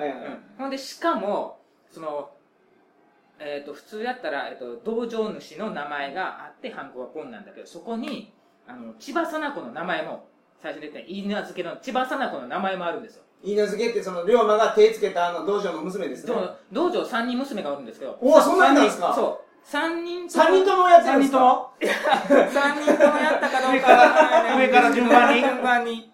S2: う。うん。ほんで、しかも、その、えっ、と、普通だったら、えっ、と、道場主の名前があって、ハンコがこんなんだけど、そこに、あの、千葉さな子の名前も、最初に言った稲漬けの千葉さな子の名前もあるんですよ。
S1: い稲漬けってその龍馬が手つけたあの道場の娘ですね
S2: 道道場3人娘がおるんですけど。
S1: おおそんなんなんですか
S2: そう。3人とも。
S1: 三人ともやってるんですか
S2: 三人ともやったかどうかわからない
S3: 上から順番に
S2: 順番に。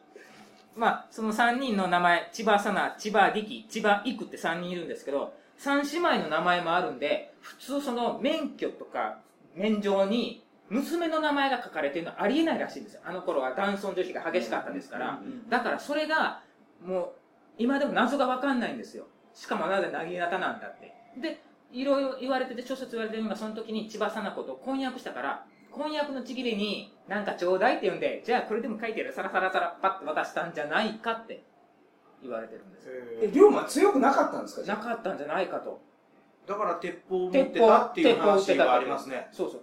S2: まあ、その3人の名前、千葉さな、千葉力、千葉育って3人いるんですけど、3姉妹の名前もあるんで、普通その免許とか、免状に、娘の名前が書かれてるのはありえないらしいんですよ。あの頃は男尊女卑が激しかったですから。だからそれが、もう、今でも謎がわかんないんですよ。しかもなぜなぎなたなんだって。で、いろいろ言われてて、諸説言われてるのが、その時に千葉さな子と婚約したから、婚約のちぎりに、なんかちょうだいって言うんで、じゃあこれでも書いてやる、さらさらさら、パッと渡したんじゃないかって言われてるんですよ。
S1: え龍馬強くなかったんですかじゃ
S2: な
S1: あ
S2: かったんじゃないかと。
S3: だから鉄砲を持っ
S2: 鉄
S3: て
S2: 砲
S3: たっていう
S2: を撃って
S3: 話
S2: たって
S3: がありますね。
S2: そうそう。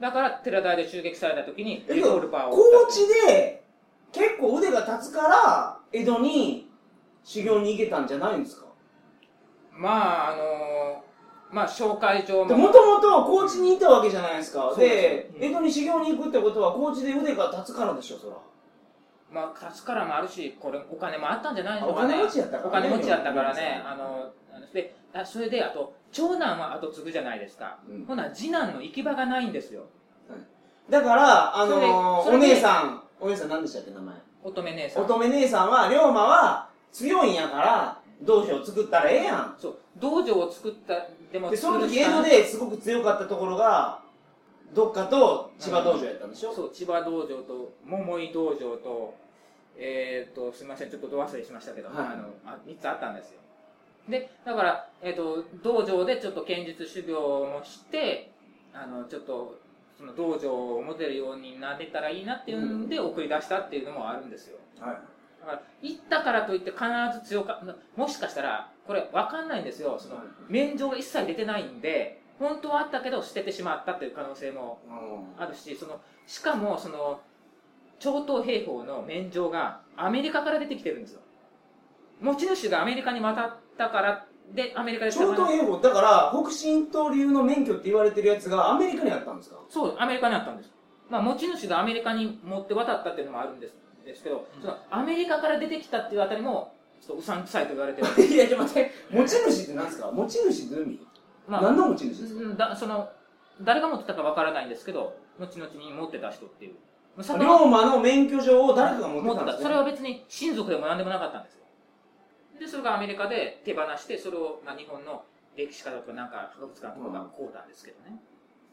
S2: だから、寺台で襲撃された時に、
S1: え
S2: リボルバーを撃った
S1: 高知で結構腕が立つから江戸に修行に行けたんじゃないんですか
S2: まあ、あのまあ、紹介状
S1: で
S2: も。
S1: もともと高知にいたわけじゃないですか
S2: そう
S1: で
S2: です
S1: 江戸に修行に行くってことは高知で腕が立つからでしょそら
S2: まあ、立つからもあるし、これ、お金もあったんじゃないでしょ
S1: お
S2: うかね。
S1: 金持ちやった
S2: お
S1: から
S2: 金持ちだったからね、
S1: あ
S2: あの、あので、あそれで、あと、長男は後継ぐじゃないですか。
S1: うん
S2: ほな、次男の行き場がないんですよ。
S1: だからあの
S2: そ
S1: お
S2: れでそれで
S1: 姉さんお姉さん何でしたっけ名前
S2: 乙女姉さん。
S1: 乙女姉さんは龍馬は強いんやから道場を作ったらええやん
S2: そう、道場を作った、でも、
S1: でその時江
S2: 作る
S1: 戸
S2: しか
S1: ですごく強かったところがどっかと千葉道場やったんでしょ、
S2: そう、千葉道場と、桃井道場と、えっ、と、すみません、ちょっとど忘れしましたけど、
S1: はい
S2: あの、あ3つあったんですよ。で、だから、えっ、と、道場でちょっと剣術修行もして、あの、ちょっと、その道場を持てるようになれたらいいなっていうんで送り出したっていうのもあるんですよ。
S1: はい
S2: だから、行ったからといって必ず強か、もしかしたら、これわかんないんですよ。その、免状が一切出てないんで、本当はあったけど捨ててしまったっていう可能性もあるしそのしかもその超党兵法の免状がアメリカから出てきてるんですよ持ち主がアメリカに渡ったからでアメリカで捕
S1: 超
S2: まえ
S1: 党英語だから北進東流の免許って言われてるやつがアメリカにあったんですか
S2: そうアメリカにあったんです、まあ、持ち主がアメリカに持って渡ったっていうのもあるんですですけど、
S3: うん
S2: そのアメリカから出てきたっていうあたりもちょっとうさんくさいと言われてる
S1: いやちょっと待って持ち主って何ですか持ち主って海、
S2: まあ
S1: 何の持ち主ですか
S2: うんだその誰が持ってたかわからないんですけど後々に持ってた人っていう
S1: 龍馬の免許証を誰かが持ってたんです、ね、
S2: それは別に親族でも何でもなかったんですよでそれがアメリカで手放してそれを、まあ、日本の歴史家とかなんか博物館とかがこうなんですけどね、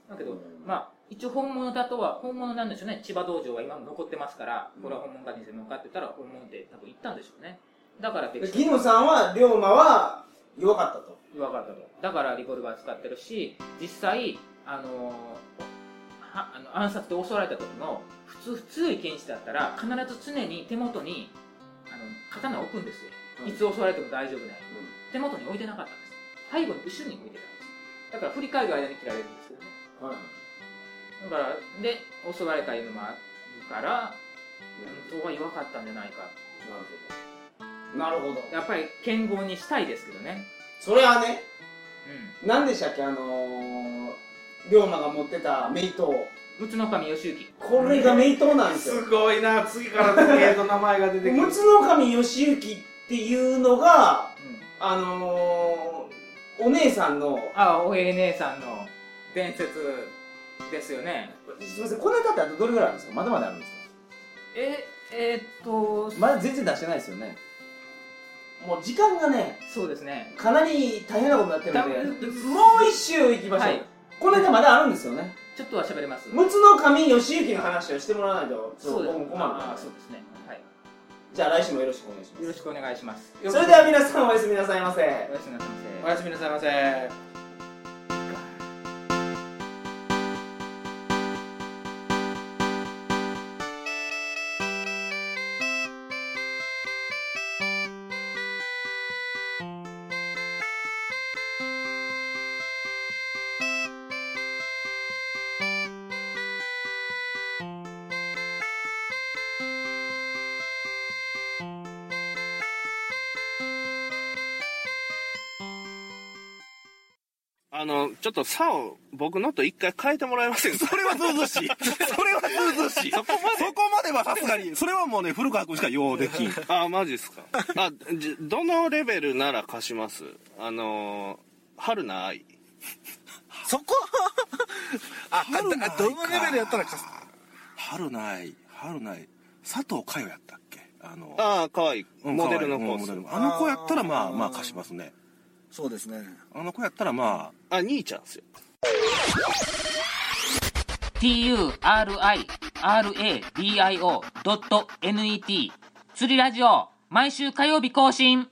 S2: だけど、まあ一応本物だとは本物なんでしょうね千葉道場は今も残ってますからこれは本物か偽物かって言ったら本物で多分行ったんでしょうねだから歴史
S1: ギノさんは龍馬は弱かったと
S2: 分かったとだからリボルバー使ってるし実際あのはあの暗殺で襲われた時も普通強い剣士だったら必ず常に手元にあの刀を置くんですよいつ襲われても大丈夫なように手元に置いてなかったんです背後に後ろに置いてたんですだから振り返る間に切られるんですよね
S1: うんはい
S2: だからで襲われた犬もあるから本当は弱かったんじゃないか
S1: なるほどなるほど
S2: やっぱり剣豪にしたいですけどね
S1: それはね
S2: う
S1: 何でしたっけあのー、龍馬が持ってた名刀
S2: ん陸奥神義行
S1: これが名刀なんですよ
S3: すごいな、次から次へと名前が出 てく
S1: 陸
S3: る。
S1: 奥神義行っていうのが
S2: うん
S1: あのー、お姉さんの
S2: あおえい姉さんの伝説ですよね
S1: すみませんこのネタってあとどれぐらいあるんですかまだまだあるんです
S2: ええーっと
S1: かまだ全然出してないですよねもう時間がね
S2: そうですね
S1: かなり大変なことになってるので
S2: だ
S1: もう一周行きましょう、
S2: はい
S1: このネタまだあるんですよね
S2: ちょっとは喋れます
S1: 陸奥神義行の話をしてもらわないとちょっと
S2: そうです
S1: 僕も困るか
S2: あ
S1: ら
S2: ーそうですねはい
S1: じゃあ来週もよろしくお願いし
S2: よ
S1: ま
S2: ろしくお願いします。
S1: すそれでは皆さんおやすみなさいませ
S2: おやすみなさいませ
S3: おやすみなさいませ。
S4: あの、ちょっと差を僕のと一回変えてもらえませんか
S5: それはずうずうしい。それ はずうずうしい。そこまではさすがに、それはもうね、古川君しか用できん。
S4: あ、マジっすか。あ、じどのレベルなら貸しますあのー、春菜愛。
S5: そこあ、
S6: 春ないか
S5: どのレベルやったらかす
S6: 春ない春ない佐藤佳代やったっけあの
S4: ああ、かわいい。
S6: うん
S4: モデルの
S6: 可愛い
S4: コ
S6: うんモデ
S4: ー
S6: ル
S4: ス。
S6: のあの子やったらま
S5: あ
S6: あ
S5: ー
S6: まあ貸しますね
S5: そうですね。
S6: あの子やったらま
S4: あ、兄ちゃんっすよ。
S2: turiiradio.net 釣りラジオ毎週火曜日更新